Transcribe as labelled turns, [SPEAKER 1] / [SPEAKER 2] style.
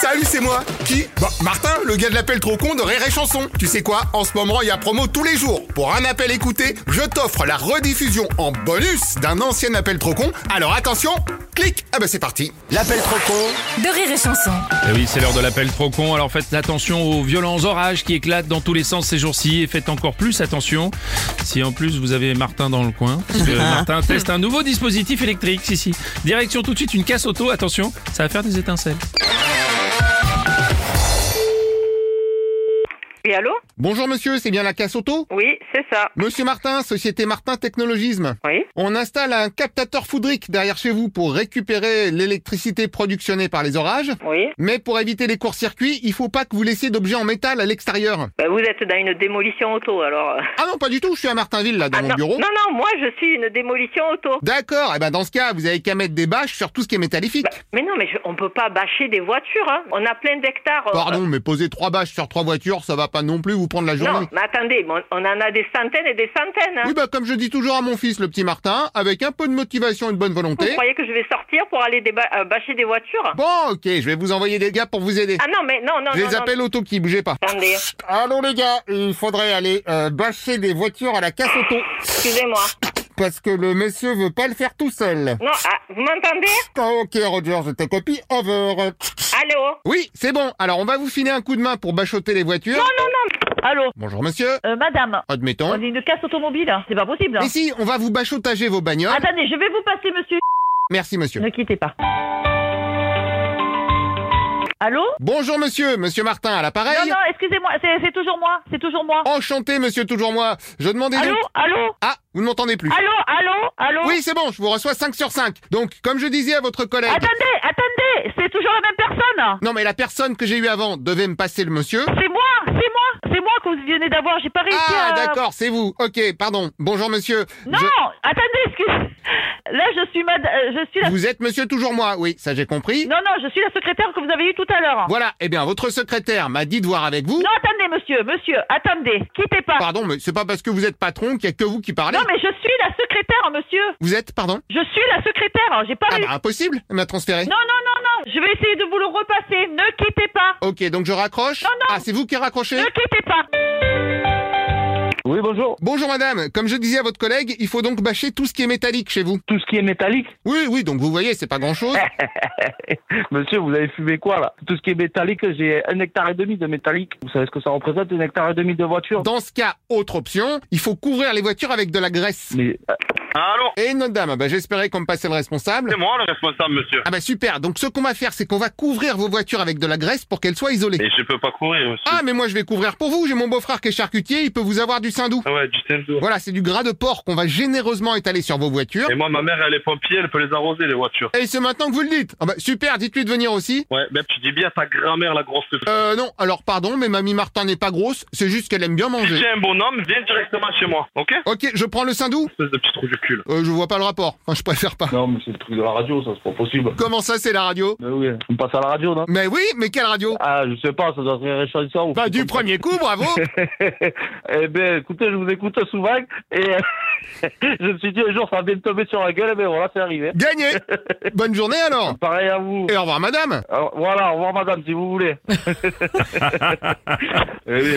[SPEAKER 1] Salut, c'est moi. Qui Bah, Martin, le gars de l'appel trop con de Rire et Chanson. Tu sais quoi En ce moment, il y a promo tous les jours. Pour un appel écouté, je t'offre la rediffusion en bonus d'un ancien appel trop con. Alors attention, clique. Ah bah c'est parti.
[SPEAKER 2] L'appel trop con
[SPEAKER 3] de rire et chanson.
[SPEAKER 4] Et Eh oui, c'est l'heure de l'appel trop con, alors faites attention aux violents orages qui éclatent dans tous les sens ces jours-ci et faites encore plus attention si en plus vous avez Martin dans le coin. Parce que Martin teste un nouveau dispositif électrique, si si. Direction tout de suite une casse auto, attention, ça va faire des étincelles.
[SPEAKER 5] Oui, allô
[SPEAKER 1] Bonjour monsieur, c'est bien la casse auto
[SPEAKER 5] Oui, c'est ça.
[SPEAKER 1] Monsieur Martin, Société Martin Technologisme.
[SPEAKER 5] Oui.
[SPEAKER 1] On installe un captateur foudrique derrière chez vous pour récupérer l'électricité productionnée par les orages.
[SPEAKER 5] Oui.
[SPEAKER 1] Mais pour éviter les courts-circuits, il faut pas que vous laissiez d'objets en métal à l'extérieur.
[SPEAKER 5] Bah, vous êtes dans une démolition auto, alors. euh.
[SPEAKER 1] Ah non, pas du tout, je suis à Martinville là, dans
[SPEAKER 5] Ah,
[SPEAKER 1] mon
[SPEAKER 5] non.
[SPEAKER 1] bureau.
[SPEAKER 5] non, non, moi je suis une démolition auto.
[SPEAKER 1] D'accord, et ben dans ce cas, vous avez qu'à mettre des bâches sur tout ce qui est métallifique.
[SPEAKER 5] Mais non, mais je- on peut pas bâcher des voitures, hein. On a plein d'hectares. euh,
[SPEAKER 1] Pardon, mais poser trois bâches sur trois voitures, ça va pas non plus vous prendre la
[SPEAKER 5] euh, Non,
[SPEAKER 1] journée.
[SPEAKER 5] mais attendez, mais on, on en a des centaines et des centaines, hein.
[SPEAKER 1] Oui, bah comme je dis toujours à mon fils, le petit Martin, avec un peu de motivation et de bonne
[SPEAKER 5] Vous
[SPEAKER 1] volonté.
[SPEAKER 5] croyez que je vais sortir pour aller déba- euh, bâcher des voitures
[SPEAKER 1] Bon, ok, je vais vous envoyer des gars pour vous aider.
[SPEAKER 5] Ah non, mais non, non,
[SPEAKER 1] Je
[SPEAKER 5] non.
[SPEAKER 1] les
[SPEAKER 5] non.
[SPEAKER 1] appelle auto qui bougez pas.
[SPEAKER 5] Attendez,
[SPEAKER 1] Allô les gars, il faudrait aller euh, bâcher des voitures à la casse auto
[SPEAKER 5] excusez-moi.
[SPEAKER 1] parce que le monsieur veut pas le faire tout seul.
[SPEAKER 5] Non, ah, vous m'entendez
[SPEAKER 1] Ah, ok Roger, je te copie over.
[SPEAKER 5] Allô
[SPEAKER 1] Oui, c'est bon. Alors on va vous filer un coup de main pour bachoter les voitures.
[SPEAKER 5] Non, non, non.
[SPEAKER 6] Allô
[SPEAKER 1] Bonjour monsieur,
[SPEAKER 6] euh, Madame,
[SPEAKER 3] Hein
[SPEAKER 1] admettons.
[SPEAKER 6] on est une casse automobile, hein. c'est pas possible. hein.
[SPEAKER 1] Mais si, on va vous bachotager vos bagnoles.
[SPEAKER 6] Attendez, je vais vous passer monsieur.
[SPEAKER 1] Merci monsieur.
[SPEAKER 6] Ne quittez pas. Allô
[SPEAKER 1] Bonjour monsieur, monsieur Martin à
[SPEAKER 6] Non,
[SPEAKER 1] l'appareil.
[SPEAKER 6] non, excusez-moi, c'est c'est toujours moi, c'est toujours moi.
[SPEAKER 1] Oh, Enchanté monsieur toujours moi. Je demandais
[SPEAKER 6] Allô,
[SPEAKER 1] donc...
[SPEAKER 6] allô,
[SPEAKER 1] Ah, vous ne m'entendez plus.
[SPEAKER 6] allô, allô, allô.
[SPEAKER 1] Oui, c'est bon, je vous reçois 5 sur 5. Donc, comme je disais à votre collègue...
[SPEAKER 6] Attendez, attendez, c'est toujours la même personne.
[SPEAKER 1] Non mais la personne que j'ai eue avant devait me passer le monsieur.
[SPEAKER 6] C'est moi, c'est moi, c'est moi que vous venez d'avoir, j'ai pas réussi
[SPEAKER 1] Ah,
[SPEAKER 6] à...
[SPEAKER 1] d'accord, c'est vous. Ok, pardon. Bonjour, monsieur.
[SPEAKER 6] euh, Non,
[SPEAKER 1] Je-
[SPEAKER 6] attendez, excusez. Là, je suis mad... euh, je suis la...
[SPEAKER 1] Vous êtes monsieur toujours moi, oui, ça j'ai compris.
[SPEAKER 6] Non, non, je suis la secrétaire que vous avez eue tout à l'heure.
[SPEAKER 1] Voilà, eh bien, votre secrétaire m'a dit de voir avec vous.
[SPEAKER 6] Non, attendez, monsieur, monsieur, attendez, quittez pas.
[SPEAKER 1] Pardon, mais c'est pas parce que vous êtes patron qu'il y a que vous qui parlez.
[SPEAKER 6] Non, mais je suis la secrétaire, monsieur.
[SPEAKER 1] Vous êtes, pardon
[SPEAKER 6] Je suis la secrétaire, j'ai pas
[SPEAKER 1] Ah
[SPEAKER 6] réussi.
[SPEAKER 1] bah, impossible, elle m'a transféré.
[SPEAKER 6] Non, non, non, non, je vais essayer de vous le repasser. Ne quittez pas.
[SPEAKER 1] Ok, donc je raccroche.
[SPEAKER 6] Non, non.
[SPEAKER 1] Ah, c'est vous qui raccrochez
[SPEAKER 6] Ne quittez pas.
[SPEAKER 7] Oui, bonjour.
[SPEAKER 1] Bonjour madame, comme je disais à votre collègue, il faut donc bâcher tout ce qui est métallique chez vous.
[SPEAKER 7] Tout ce qui est métallique.
[SPEAKER 1] Oui, oui, donc vous voyez, c'est pas grand chose.
[SPEAKER 7] Monsieur, vous avez fumé quoi, là Tout ce qui est métallique, j'ai un hectare et demi de métallique. Vous savez ce que ça représente, un hectare et demi de voiture
[SPEAKER 1] Dans ce cas, autre option, il faut couvrir les voitures avec de la graisse.
[SPEAKER 7] Mais euh,
[SPEAKER 8] Allô
[SPEAKER 1] Et notre dame, bah j'espérais qu'on me passait le responsable.
[SPEAKER 8] C'est moi le responsable, monsieur.
[SPEAKER 1] Ah bah super, donc ce qu'on va faire, c'est qu'on va couvrir vos voitures avec de la graisse pour qu'elles soient isolées.
[SPEAKER 8] Et je peux pas courir, monsieur.
[SPEAKER 1] Ah mais moi je vais couvrir pour vous, j'ai mon beau-frère qui est charcutier, il peut vous avoir du sein doux.
[SPEAKER 8] Ah ouais, du Tinto.
[SPEAKER 1] Voilà, c'est du gras de porc qu'on va généreusement étaler sur vos voitures.
[SPEAKER 8] Et moi, ma mère, elle est pompier, elle peut les arroser, les voitures.
[SPEAKER 1] Et c'est maintenant que vous le dites. Ah bah super, dites-lui de venir aussi.
[SPEAKER 8] Ouais, mais tu dis bien ta grand-mère, la grosse f***.
[SPEAKER 1] Euh non, alors pardon, mais mamie Martin n'est pas grosse, c'est juste qu'elle aime bien
[SPEAKER 8] Si
[SPEAKER 1] manger.
[SPEAKER 8] tu es un bonhomme, viens directement chez moi, ok
[SPEAKER 1] Ok, je prends le sein doux
[SPEAKER 8] Espèce de petit trou du cul. là.
[SPEAKER 1] euh, Je vois pas le rapport, enfin je préfère pas.
[SPEAKER 7] non, mais c'est le truc de la radio, ça, c'est pas possible.
[SPEAKER 1] Comment ça c'est la radio
[SPEAKER 7] Mais Ben oui, on passe à la radio, non
[SPEAKER 1] Mais oui, mais quelle radio
[SPEAKER 7] Ah, je sais pas, ça doit être réchauffant.
[SPEAKER 1] Bah du premier coup, bravo
[SPEAKER 7] eh ben, écoutez, je vous écoute souvent et euh, je me suis dit un jour ça va me tomber sur la gueule, mais voilà, c'est arrivé.
[SPEAKER 1] Gagné Bonne journée alors
[SPEAKER 7] Pareil à vous.
[SPEAKER 1] Et au revoir madame
[SPEAKER 7] Alors, voilà, au revoir madame, si vous voulez. Eh oui.